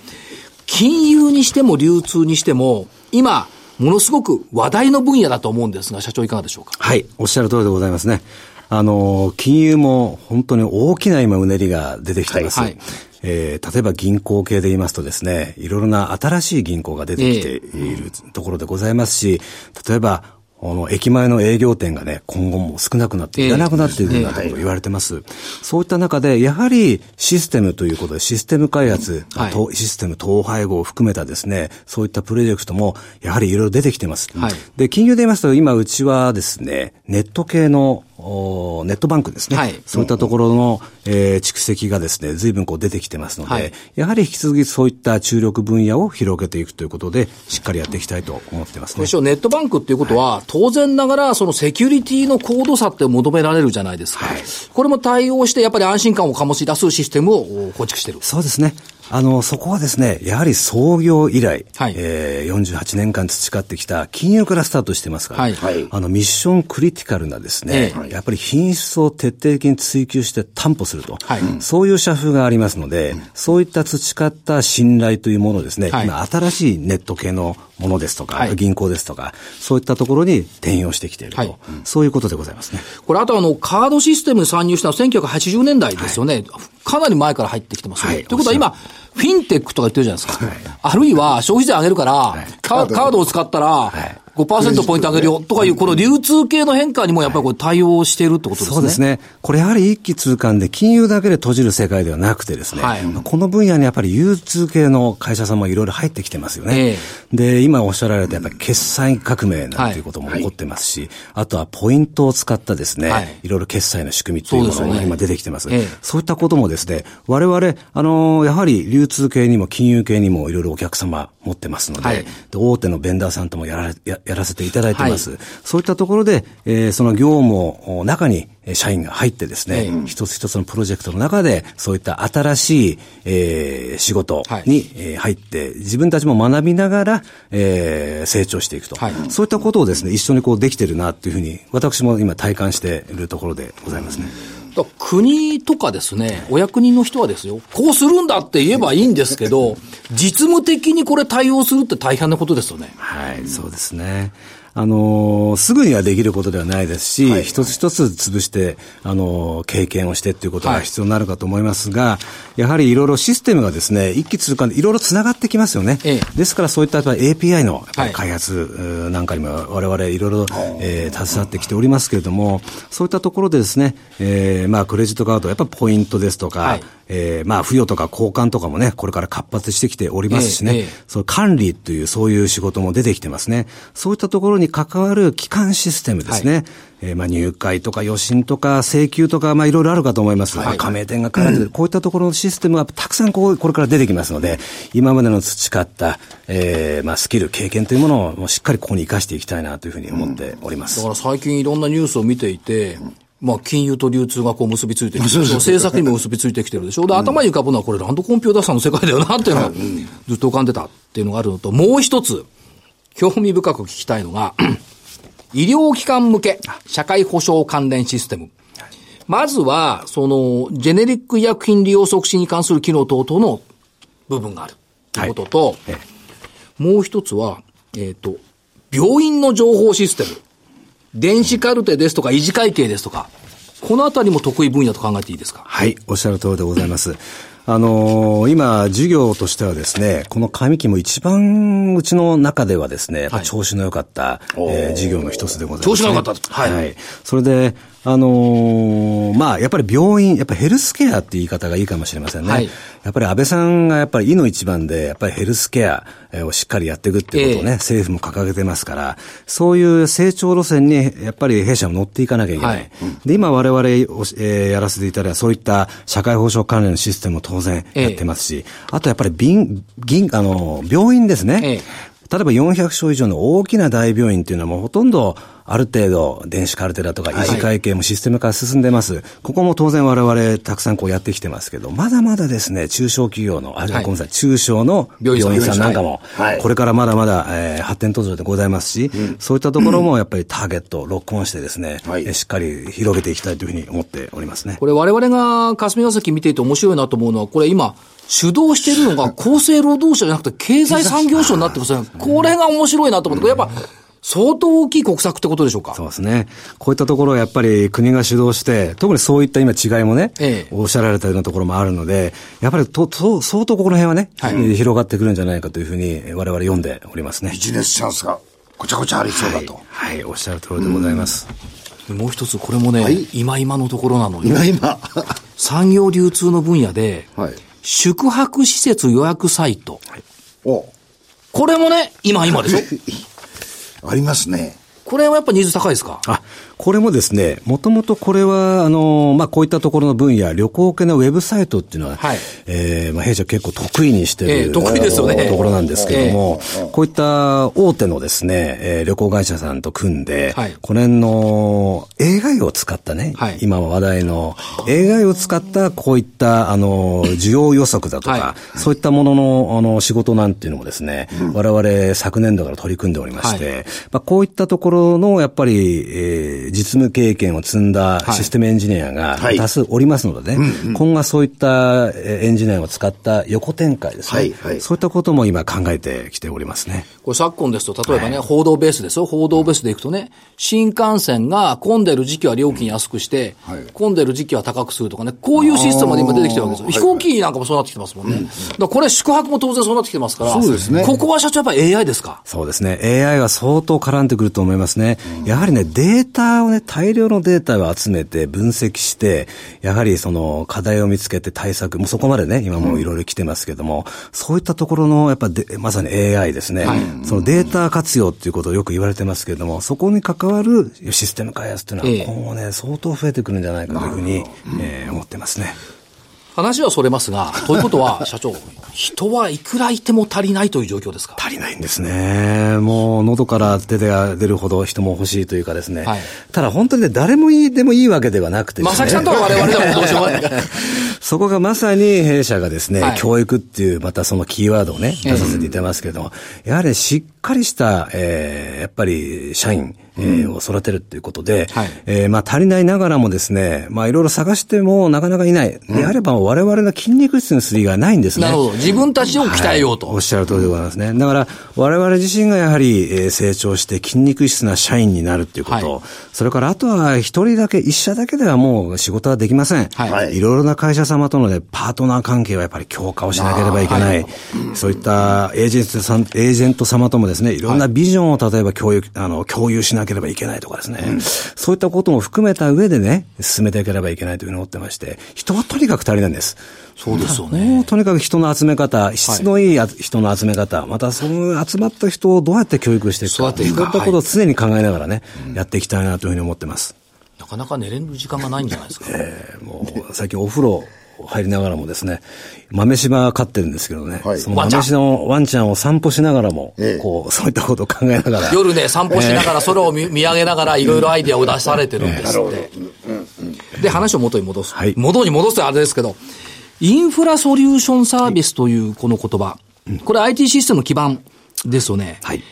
Speaker 1: 金融にしても流通にしても、今、ものすごく話題の分野だと思うんですが、社長いかがでしょうか
Speaker 4: はい、おっしゃる通りでございますね。あの、金融も本当に大きな今うねりが出てきてます。
Speaker 1: はいはい
Speaker 4: えー例えば銀行系で言いますとですね、いろいろな新しい銀行が出てきているところでございますし、例えば、この駅前の営業店がね、今後も少なくなって、いらなくなっているようなところ言われてます。そういった中で、やはりシステムということで、システム開発、
Speaker 1: はい
Speaker 4: とシステム統廃合を含めたですね、そういったプロジェクトも、やはりいろいろ出てきてます。
Speaker 1: はい
Speaker 4: で、金融で言いますと、今、うちはですね、ネット系の、おーネットバンクですね。
Speaker 1: はい
Speaker 4: そういったところの、えー蓄積がですね、随分こう出てきてますので、
Speaker 1: はい
Speaker 4: やはり引き続きそういった注力分野を広げていくということで、しっかりやっていきたいと思ってます
Speaker 1: で
Speaker 4: ね
Speaker 1: し。ょネットバンクっていうことは、当然ながら、そのセキュリティの高度さって求められるじゃないですか。これも対応して、やっぱり安心感を醸し出すシステムをお構築してる。
Speaker 4: そうですね。あの、そこはですね、やはり創業以来、
Speaker 1: はい
Speaker 4: えー48年間培ってきた金融からスタートしてますから、
Speaker 1: はいはい
Speaker 4: あの、ミッションクリティカルなですね、
Speaker 1: ええ
Speaker 4: やっぱり品質を徹底的に追求して担保すると、
Speaker 1: はいうん
Speaker 4: そういう社風がありますので、そういった培った信頼というものをですね、
Speaker 1: はい
Speaker 4: 今新しいネット系のものですとか、
Speaker 1: はい
Speaker 4: 銀行ですとか、そういったところに転用してきていると、
Speaker 1: はい
Speaker 4: そういうことでございますね。
Speaker 1: これ、あとあの、カードシステムに参入したのは1980年代ですよね。かなり前から入ってきてますよね。
Speaker 4: はい
Speaker 1: ということは今、フィンテックとか言ってるじゃないですか。あるいは消費税上げるから、カーカードを使ったら
Speaker 4: い
Speaker 1: 5、ポイント上げるよとかいう、この流通系の変化にもやっぱりこれ対応してるってことですね。
Speaker 4: そうですね。これやはり一気通貫で金融だけで閉じる世界ではなくてですね、
Speaker 1: はい
Speaker 4: この分野にやっぱり流通系の会社さんもいろいろ入ってきてますよね。
Speaker 1: え
Speaker 4: で、今おっしゃられたやっぱり決済革命なんていうことも起こってますし、あとはポイントを使ったですね、
Speaker 1: はい
Speaker 4: い、ろいろ決済の仕組みというも
Speaker 1: そうです
Speaker 4: のも
Speaker 1: よね
Speaker 4: 今出てきてます。
Speaker 1: ええ
Speaker 4: そういったこともですね、我々、あのやはり流通系にも金融系にもいろいろお客様持ってますので、
Speaker 1: はい
Speaker 4: で大手のベンダーさんともやられややらせていただいてます。そういったところで、えーその業務をお中にえー社員が入ってですね、
Speaker 1: ええ
Speaker 4: 一つ一つのプロジェクトの中で、そういった新しい、えー仕事
Speaker 1: はい
Speaker 4: に、えー入って、自分たちも学びながら、えー成長していくと、
Speaker 1: はい
Speaker 4: そういったことをですね、一緒にこうできてるなというふうに、私も今体感しているところでございますね。
Speaker 1: だから国とかですね、お役人の人はですよ、こうするんだって言えばいいんですけ ど、実務的にこれ対応するって大変なことですよね。
Speaker 4: はい、そうですね。あのーすぐにはできることではないですし、一つ一つ潰して、あのー経験をしてっていうことが必要になるかと思いますが、やはりいろいろシステムがですね、一気通貫でいろいろつながってきますよね。
Speaker 1: ええ
Speaker 4: ですからそういったやっぱり API のやっぱ
Speaker 1: はい
Speaker 4: り開発うーなんかにも我々いろいろ、えー携わってきておりますけれども、そういったところでですね、えーまあクレジットカード、やっぱりポイントですとか、
Speaker 1: はい
Speaker 4: えーまあ付与とか交換とかもね、これから活発してきておりますしね、
Speaker 1: ええええ
Speaker 4: そう管理というそういう仕事も出てきてますね。そういったところに関わる基幹システムですね。えーまあ入会とか予診とか請求とか、まあいろいろあるかと思います。まあ加盟店が絡んでくる、こういったところのシステムがたくさんこうこれから出てきますので、今までの培った、えーまあスキル、経験というものをもうしっかりここに生かしていきたいなというふうに思っております。
Speaker 1: だから最近いろんなニュースを見ていて、まあ、金融と流通がこう結びつい てきてるでしょ、政策にも結びついてきてるでしょ、で、頭に浮かぶのはこれ、ランドコンピューターさんの世界だよなっていうのが、ずっと浮かんでたっていうのがあるのと、もう一つ、興味深く聞きたいの が、医療機関向け、社会保障関連システム。まずは、その、ジェネリック医薬品利用促進に関する機能等々の部分があるということと、
Speaker 4: ええ
Speaker 1: もう一つは、えっ、と、病院の情報システム。電子カルテですとか、維持会計ですとか、このあたりも得意分野と考えていいですか
Speaker 4: はい、おっしゃる通りでございます。あのー今、授業としてはですね、この紙機も一番うちの中ではですね、やっぱ調子の良かった、えー授業の一つでござい
Speaker 1: 調
Speaker 4: ます、ね。
Speaker 1: 子の良かったは
Speaker 4: はいい。それで、あのーまあ、やっぱり病院、やっぱヘルスケアって言い方がいいかもしれませんね。
Speaker 1: はい
Speaker 4: やっぱり安倍さんがやっぱり、いの一番で、やっぱりヘルスケアえーをしっかりやっていくっていうことをね、
Speaker 1: ええ
Speaker 4: 政府も掲げてますから、そういう成長路線に、やっぱり弊社も乗っていかなきゃいけない。
Speaker 1: はい
Speaker 4: で、今我々おし、えーやらせていただいたそういった社会保障関連のシステムも当然
Speaker 1: ええ
Speaker 4: やってますし、あとやっぱり便、銀、あの、病院ですね。
Speaker 1: ええ
Speaker 4: 例えば400床以上の大きな大病院っていうのはもうほとんどある程度電子カルテだとか維持会計もシステム化進んでます。ここも当然我々たくさんこうやってきてますけど、まだまだですね、中小企業の、あ、ご
Speaker 1: はい
Speaker 4: めんなさい、中小の
Speaker 1: 病
Speaker 4: 病
Speaker 1: 院さん
Speaker 4: 院さんなんかも、
Speaker 3: はい
Speaker 4: これからまだまだ、えー発展途上でございますし、そういったところもやっぱりターゲットをロックオンしてですね、
Speaker 3: はい
Speaker 4: えーしっかり広げていきたいというふうに思っておりますね。
Speaker 1: これ我々が霞が関見ていて面白いなと思うのは、これ今、主導しているの が厚生労働省じゃなくて経済産業省になってますね。これが面白いなと思って、これやっぱ相当大きい国策ってことでしょうか
Speaker 4: そうですね。こういったところはやっぱり国が主導して、特にそういった今違いもね、
Speaker 1: ええ
Speaker 4: おっしゃられたようなところもあるので、やっぱりとと相当ここの辺はね、
Speaker 1: はい
Speaker 4: えー広がってくるんじゃないかというふうにえー我々読んでおりますね
Speaker 3: ビ。ジネスチャンスがごちゃごちゃありそうだと。
Speaker 4: はい、おっしゃる通りでございます。
Speaker 1: もう一つ、これもね、
Speaker 3: い
Speaker 1: 今今のところなのに、
Speaker 3: 今今。
Speaker 1: 産業流通の分野で、
Speaker 3: はい
Speaker 1: 宿泊施設予約サイト。
Speaker 3: お
Speaker 1: これもね、今今でしょ
Speaker 3: ありますね。
Speaker 1: これはやっぱニーズ高いですか
Speaker 4: あ、これもですね、もともとこれは、あの、まあ、こういったところの分野、旅行系のウェブサイトっていうのは、
Speaker 1: はい
Speaker 4: えーまあ、弊社結構得意にしてる、
Speaker 1: ええ得意ですよね
Speaker 4: あのところなんですけれども、こういった大手のですね、えー旅行会社さんと組んで、
Speaker 1: はい
Speaker 4: この辺の AI を使ったね、
Speaker 1: はい
Speaker 4: 今話題の AI を使ったこういった、あの、需要予測だとか、
Speaker 1: は
Speaker 4: そういったものの、あの、仕事なんていうのもですね、我々昨年度から取り組んでおりまして、
Speaker 1: は
Speaker 4: まあ、こういったところの、やっぱり、えー実務経験を積んだ
Speaker 1: い
Speaker 4: システムエンジニアが
Speaker 3: はい
Speaker 4: 多数おりますのでね、今後はそういったえーエンジニアを使った横展開ですね、
Speaker 3: はいはい
Speaker 4: そういったことも今考えてきておりますね。
Speaker 1: これ昨今ですと、例えばね、報道ベースですよ。報道ベースでいくとね、新幹線が混んでる時期は料金安くして、混んでる時期は高くするとかね、こういうシステムまで今出てきてるわけですよ。飛行機なんかもそうなってきてますもんね。だからこれ宿泊も当然そうなってきてますから、
Speaker 3: そうですね
Speaker 1: ここは社長やっぱり AI ですか
Speaker 4: そうですね。AI は相当絡んでくると思いますね。やはりね、データをね、大量のデータを集めて分析して、やはりその課題を見つけて対策、もうそこまでね、今もういろいろ来てますけども、そういったところの、やっぱで、まさに AI ですね。そのデータ活用っていうことをよく言われてますけども、そこに関わるシステム開発っていう
Speaker 1: ええ
Speaker 4: のは今後ね、相当増えてくるんじゃないかというふうに、えー思ってますね。
Speaker 1: 話はそれますが、ということは、 社長、人はいくらいても足りないという状況ですか
Speaker 4: 足りないんですね。もう喉から出て出るほど人も欲しいというかですね。
Speaker 1: はい
Speaker 4: ただ本当にね、誰もいいでもいいわけではなくてです
Speaker 1: ま
Speaker 4: ね。
Speaker 1: さきさんとは我々でもどうしようもない。
Speaker 4: そこがまさに弊社がですね、
Speaker 1: はい
Speaker 4: 教育っていうまたそのキーワードをね、
Speaker 1: ええ
Speaker 4: 出させていただきますけれども、やはりしっかりした、えーやっぱり社員、えーを育てるっていうことで、
Speaker 1: はい
Speaker 4: えーまあ足りないながらもですね、まあいろいろ探してもなかなかいない。であれば我々の筋肉質のすりがないんですね。
Speaker 1: なるほど。自分たちを鍛えようと。
Speaker 4: おっしゃる通りでございますね。だから、我々自身がやはり、えー成長して筋肉質な社員になるっていうこと、
Speaker 1: はい
Speaker 4: それからあとは一人だけ、一社だけではもう仕事はできません。。
Speaker 1: はい
Speaker 4: ろいろな会社様とのね、パートナー関係はやっぱり強化をしなければいけない。そういったエージェントさん、エージェント様ともですね、いろんなビジョンを例えば共有、あの、共有しなければいけないとかですね、そういったことも含めた上でね、進めていければいけないというふうに思ってまして、人はとにかく足りないんです。
Speaker 1: そうですよね。
Speaker 4: もうとにかく人の集め方、質のいいあ人の集め方、またその集まった人をどうやって教育していく
Speaker 1: 育
Speaker 4: か、
Speaker 1: てていく
Speaker 4: そうい
Speaker 1: か
Speaker 4: ったことを常に考えながらね、やっていきたいなというふうに思ってます。
Speaker 1: なかなか寝れる時間がないんじゃないですか。
Speaker 4: えーもう最近お風呂入りながらもですね、豆柴飼ってるんですけどね、
Speaker 3: はい
Speaker 4: その豆柴のワンちゃんを散歩しながらも、
Speaker 3: ええ
Speaker 4: こう、そういったことを考えながら、
Speaker 1: 夜ね、散歩しながら空を見見上げながらいろいろアイデアを出されてるんですって。で、話を元に戻す。
Speaker 4: はい
Speaker 1: 元に戻すとあれですけど、インフラソリューションサービスというこの言葉。これ IT システムの基盤ですよね。
Speaker 4: はい。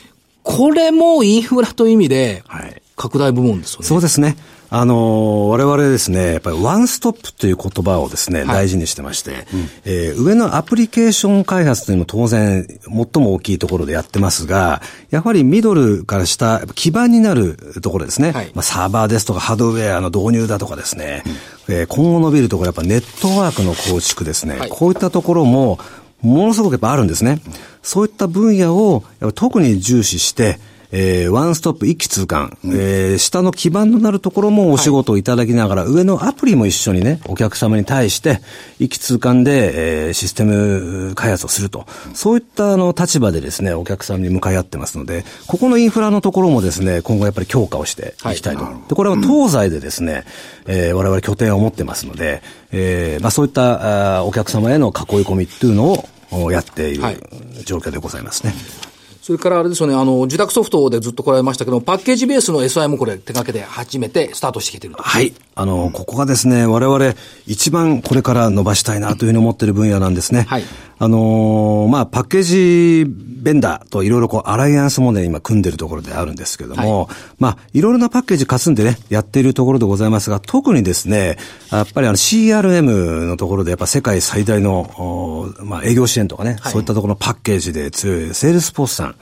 Speaker 1: これもインフラという意味で
Speaker 4: はい、
Speaker 1: 拡大部門ですよね。
Speaker 4: そうですね。あのー我々ですね、やっぱりワンストップという言葉をですね、大事にしてまして、えー上のアプリケーション開発というのも当然、最も大きいところでやってますが、やはりミドルから下、やっぱ基盤になるところですね。
Speaker 1: はい
Speaker 4: まあ、サーバーですとか、ハードウェアの導入だとかですね、えー今後伸びるところ、やっぱネットワークの構築ですね、
Speaker 1: はい
Speaker 4: こういったところも、ものすごくやっぱあるんですね。そういった分野をやっぱ特に重視して、えーワンストップ一気通貫、えー下の基盤となるところもお仕事をいただきながら、上のアプリも一緒にね、お客様に対して、一気通貫で、えーシステム開発をすると、そういったあの立場でですね、お客様に向かい合ってますので、ここのインフラのところもですね、今後やっぱり強化をしていきたいと。で、これは東西でですね、えー我々拠点を持ってますので、えーまあそういったあーお客様への囲い込みっていうのをおやっている
Speaker 1: はい
Speaker 4: 状況でございますね。
Speaker 1: それからあれですよね、あの、受託ソフトでずっと来られましたけど、パッケージベースの SI もこれ手掛けて初めてスタートしてきてると。
Speaker 4: はい。あの、ここがですね、我々、一番これから伸ばしたいなというふうに思っている分野なんですね。
Speaker 1: はい
Speaker 4: あのーまあ、パッケージベンダーといろいろこう、アライアンスもね、今組んでるところであるんですけども、まあ、いろいろなパッケージかすんでね、やっているところでございますが、特にですね、やっぱりあの、CRM のところで、やっぱ世界最大の、おーまあ、営業支援とかね、そういったところのパッケージで強い、セールスポーツさん、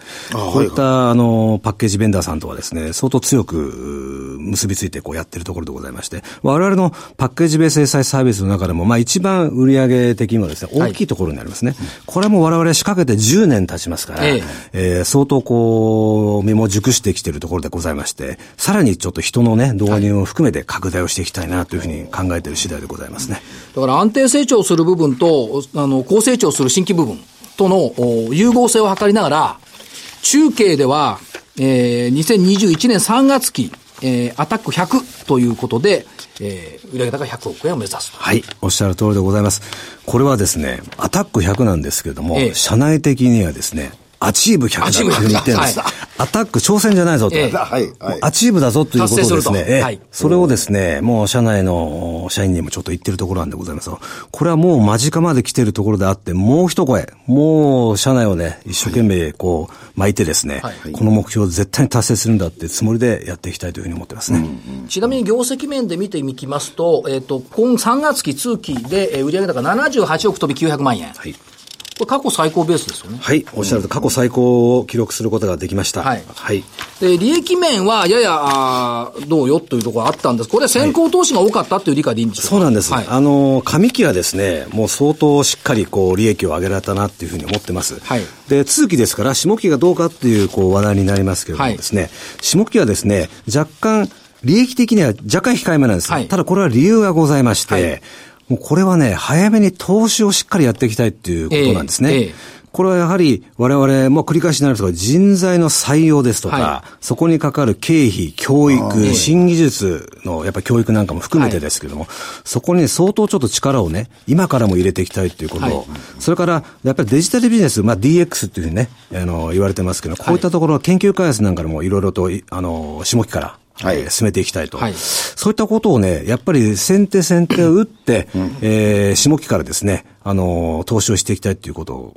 Speaker 4: こういった、あの、パッケージベンダーさんとはですね、相当強く、うー結びついてこうやってるところでございまして、我々のパッケージベース制裁サービスの中でも、まあ一番売上的にもですね、
Speaker 1: はい
Speaker 4: 大きいところになりますね。これも我々仕掛けて10年経ちますから、
Speaker 1: ええ
Speaker 4: えー相当こう、身も熟してきてるところでございまして、さらにちょっと人のね、導入を含めて拡大をしていきたいなというふうに考えている次第でございますね。
Speaker 1: だから安定成長する部分と、あの、高成長する新規部分とのお融合性を図りながら、中継では、えー、2021年3月期、えー、アタック100ということで、えー、売上高100億円を目指すと。
Speaker 4: はい。おっしゃる通りでございます。これはですね、アタック100なんですけれども、
Speaker 1: ええ
Speaker 4: 社内的にはですね、アチーブ100
Speaker 1: ア
Speaker 4: だと
Speaker 1: チ
Speaker 4: い
Speaker 1: ーブ
Speaker 4: う
Speaker 1: 100
Speaker 4: ふうに言ってるんです。
Speaker 1: はい
Speaker 4: アタック挑戦じゃないぞと。
Speaker 1: ええ
Speaker 3: はいはい
Speaker 4: アチーブだぞということをです
Speaker 1: 達成
Speaker 4: ね、
Speaker 1: すると
Speaker 4: ええ
Speaker 1: はい
Speaker 4: それをですね、もう社内の社員にもちょっと言ってるところなんでございますがこれはもう間近まで来てるところであって、もう一声、もう社内をね、一生懸命こう巻いてですね、
Speaker 1: はい
Speaker 4: この目標を絶対に達成するんだってつもりでやっていきたいというふうに思ってますね。
Speaker 1: ちなみに業績面で見てみきますと、えっ、と、今3月期通期で、えー、売上高78億飛び900万円。こ
Speaker 4: はい。
Speaker 1: れ過去最高ベースですよね。
Speaker 4: はい、おっしゃると過去最高を記録することができました。
Speaker 1: はい
Speaker 4: はい。
Speaker 1: で、利益面はやや、あーどうよというところがあったんです。これは先行投資が多かったという理解でいいんでしょうか
Speaker 4: そうなんです。
Speaker 1: はい。
Speaker 4: あの、上期はですね、もう相当しっかりこう、利益を上げられたなっていうふうに思ってます。
Speaker 1: はい
Speaker 4: で、通期ですから、下期がどうかっていうこう、話題になりますけれどもですね、下期はですね、若干、利益的には若干控えめなんです。
Speaker 1: はい
Speaker 4: ただこれは理由がございまして、
Speaker 1: はい
Speaker 4: もうこれはね、早めに投資をしっかりやっていきたいっていうことなんですね。
Speaker 1: ええええ
Speaker 4: これはやはり我々、まあ、繰り返しになるんですが、人材の採用ですとか、
Speaker 1: は
Speaker 4: そこにかかる経費、教
Speaker 1: ええ
Speaker 4: 育、新技術のやっぱ教育なんかも含めてですけども、そこに相当ちょっと力をね、今からも入れていきたいということ、
Speaker 1: はい
Speaker 4: それからやっぱりデジタルビジネス、まあ、DX っていうふうにね、あの、言われてますけど、こういったところの研究開発なんかでもいろいろと、いあの、下期から、
Speaker 3: はい
Speaker 4: えー進めていきたいと、
Speaker 1: はい
Speaker 4: そういったことをね、やっぱり先手先手を打って、えー下期からですね、あの、投資をしていきたいということを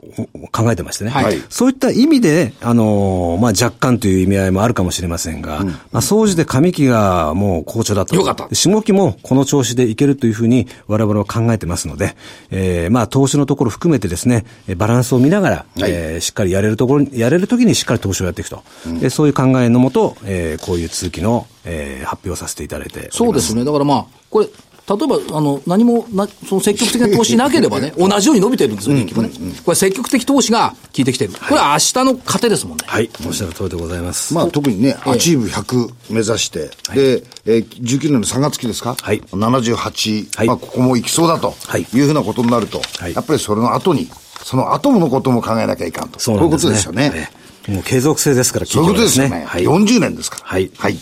Speaker 4: 考えてましてね。
Speaker 1: はい
Speaker 4: そういった意味で、あの、まあ、若干という意味合いもあるかもしれませんが、まあ、総じて上期がもう好調だと。
Speaker 1: よかった
Speaker 4: 下期もこの調子でいけるというふうに我々は考えてますので、えー、まあ、投資のところ含めてですね、えーバランスを見ながら、
Speaker 3: はい
Speaker 4: えーしっかりやれるところに、やれるときにしっかり投資をやっていくと。でそういう考えのもと、えーこういう通期の、えー発表をさせていただいております。
Speaker 1: そうですね。だからまあ、これ、例えば、あの、何も、な、その積極的な投資なければ ね、同じように伸びてるんですよ、結局ね。これ積極的投資が効いてきてる。これは明日の糧ですもんね。
Speaker 4: はい、おっしゃる通りでございます。
Speaker 3: まあ特にね、アチーブ100目指して、で、えー19年の3月期ですか、
Speaker 4: はい
Speaker 3: 78、
Speaker 4: はい
Speaker 3: まあここも行きそうだと
Speaker 4: はい
Speaker 3: いうふうなことになると、
Speaker 4: はい
Speaker 3: やっぱりそれの後に、その後のことも考えなきゃいかんと。
Speaker 4: そうなんです
Speaker 3: こういうこと
Speaker 4: ね。
Speaker 3: ですよね。
Speaker 4: ええ。もう継続性ですから、
Speaker 3: そういうことですよ
Speaker 4: 企
Speaker 3: ね。
Speaker 4: 業は
Speaker 3: 40年ですから。
Speaker 4: はい
Speaker 3: はい。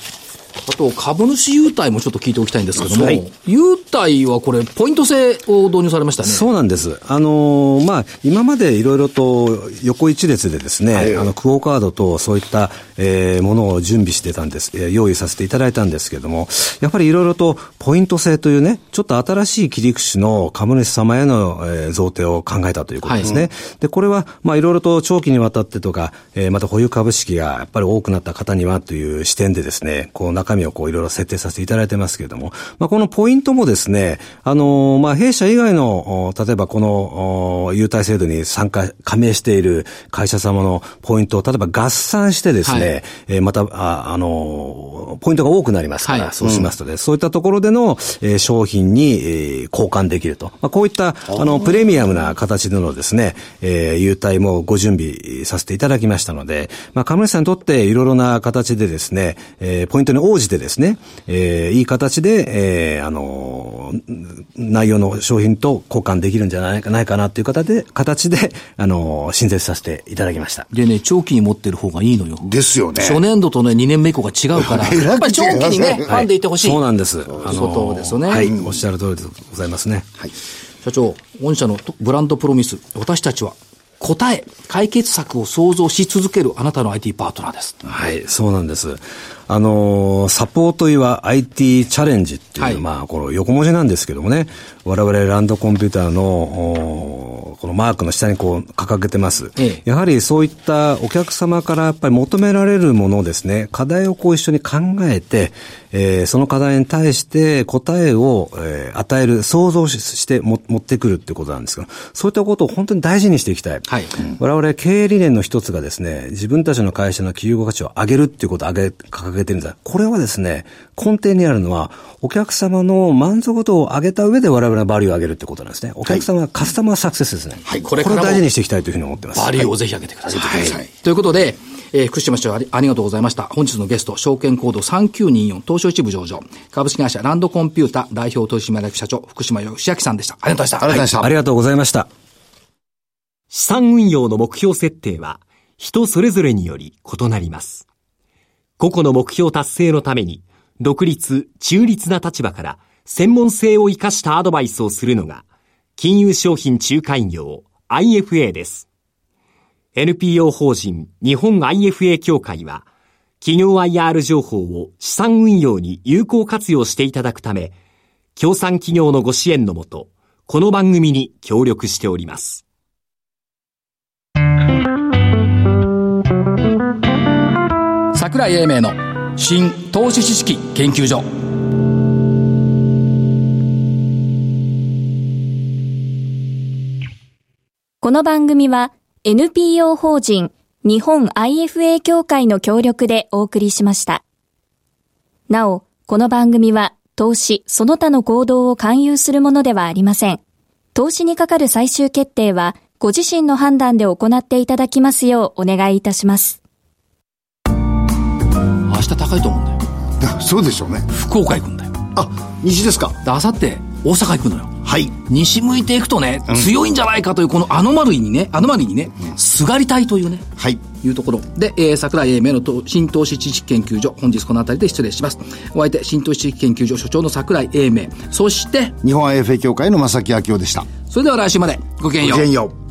Speaker 1: あと、株主優待もちょっと聞いておきたいんですけども、
Speaker 4: はい
Speaker 1: 優待はこれ、ポイント制を導入されましたね。
Speaker 4: そうなんです。あのーまあ、今までいろいろと横一列でですね、
Speaker 3: はい
Speaker 4: あの、クオカードとそういった、えーものを準備してたんです、えー用意させていただいたんですけども、やっぱりいろいろとポイント制というね、ちょっと新しい切り口の株主様への、えー贈呈を考えたということですね。で、これは、まあ、いろいろと長期にわたってとか、えーまた保有株式がやっぱり多くなった方にはという視点でですね、こう中身をこういろいろ設定させていただいてますけれども、まあ、このポイントもですね、あのーまあ、弊社以外の、お例えばこの、お優待制度に参加、加盟している会社様のポイントを、例えば合算してです
Speaker 1: は
Speaker 4: ね、
Speaker 1: い
Speaker 4: えーまた、あ、あのーポイントが多くなりますから、
Speaker 1: はい
Speaker 4: そうしますとね、そういったところでの、えー商品に、えー交換できると。まあ、こういった、あの、プレミアムな形でのですね、えー優待もご準備させていただきましたので、まあ、株主さんにとっていろいろな形でですね、えーポイントに応じてですね、えーいい形で、えーあのー内容の商品と交換できるんじゃないかないかなという形で、形で、あのー、申請させていただきました。
Speaker 1: でね、長期に持ってる方がいいのよ。
Speaker 3: ですよね。
Speaker 1: 初年度とね、2年目以降が違う から、
Speaker 3: いや
Speaker 1: やっぱり長期にね、
Speaker 3: はい
Speaker 1: ファンでいてほしい。
Speaker 4: そうなんです。あの
Speaker 1: いうことですよね
Speaker 4: はい、
Speaker 1: う
Speaker 4: おっしゃる通りでございますね。
Speaker 3: はい。
Speaker 1: 社長、御社のとブランドプロミス、私たちは答え、解決策を創造し続けるあなたの IT パートナーです。
Speaker 4: はい、そうなんです。あのー、サポート岩 IT チャレンジっていう、
Speaker 1: はい
Speaker 4: まあ、この横文字なんですけどもね、我々ランドコンピューターの、おーこのマークの下にこう掲げてます。
Speaker 1: ええ
Speaker 4: やはりそういったお客様からやっぱり求められるものをですね、課題をこう一緒に考えて、えーその課題に対して答えを、えー与える、想像ししても持ってくるってことなんですけど、そういったことを本当に大事にしていきたい。
Speaker 1: はい
Speaker 4: 我々経営理念の一つがですね、自分たちの会社の企業価値を上げるっていうことを上げ、掲げてるんだ。これはですね、根底にあるのは、お客様の満足度を上げた上で我々のバリューを上げるってことなんですね。お客様、カスタマーサクセスですね。
Speaker 1: はいこ
Speaker 4: こ
Speaker 1: れ
Speaker 4: れ
Speaker 1: からも
Speaker 4: を大事にしていきたいというふうに思ってます。
Speaker 1: バリューをぜひ上げてください。
Speaker 3: 上げてください
Speaker 1: ということで、えー福島市長ありありがとうございました。本日のゲスト、証券コード3924東証一部上場、株式会社ランドコンピュータ代表取締役社長、福島義明さんでした。ありがとうございました。
Speaker 3: ありがとうございました。
Speaker 4: ありがとうございました。
Speaker 5: 資産運用の目標設定は人それぞれにより異なります。個々の目標達成のために独立、中立な立場から専門性を生かしたアドバイスをするのが金融商品仲介業 IFA です。NPO 法人日本 IFA 協会は企業 IR 情報を資産運用に有効活用していただくため、協賛企業のご支援のもと、この番組に協力しております。
Speaker 1: 桜井英明の新投資知識研究所
Speaker 2: この番組は NPO 法人日本 IFA 協会の協力でお送りしました。なお、この番組は投資その他の行動を勧誘するものではありません。投資にかかる最終決定はご自身の判断で行っていただきますようお願いいたします。
Speaker 1: 明日高いと思うんだよ
Speaker 3: だそうでしょうね。
Speaker 1: 福岡行くんだよで
Speaker 3: あ、西ですか。
Speaker 1: 明後日大阪行くのよ
Speaker 3: はい。
Speaker 1: 西向いていくとね、強いんじゃないかというこのアノマルイにねアノマルイにね、すがりたいというね
Speaker 3: はい。
Speaker 1: いうところで、えー、桜井英明の投新投資知識研究所本日この辺りで失礼しますお相手新投資知識研究所所長の桜井英明そして
Speaker 3: 日本 AFA 協会の正木明夫でした。
Speaker 1: それでは来週までごきげんよ
Speaker 3: ごき
Speaker 1: う
Speaker 3: げんよう。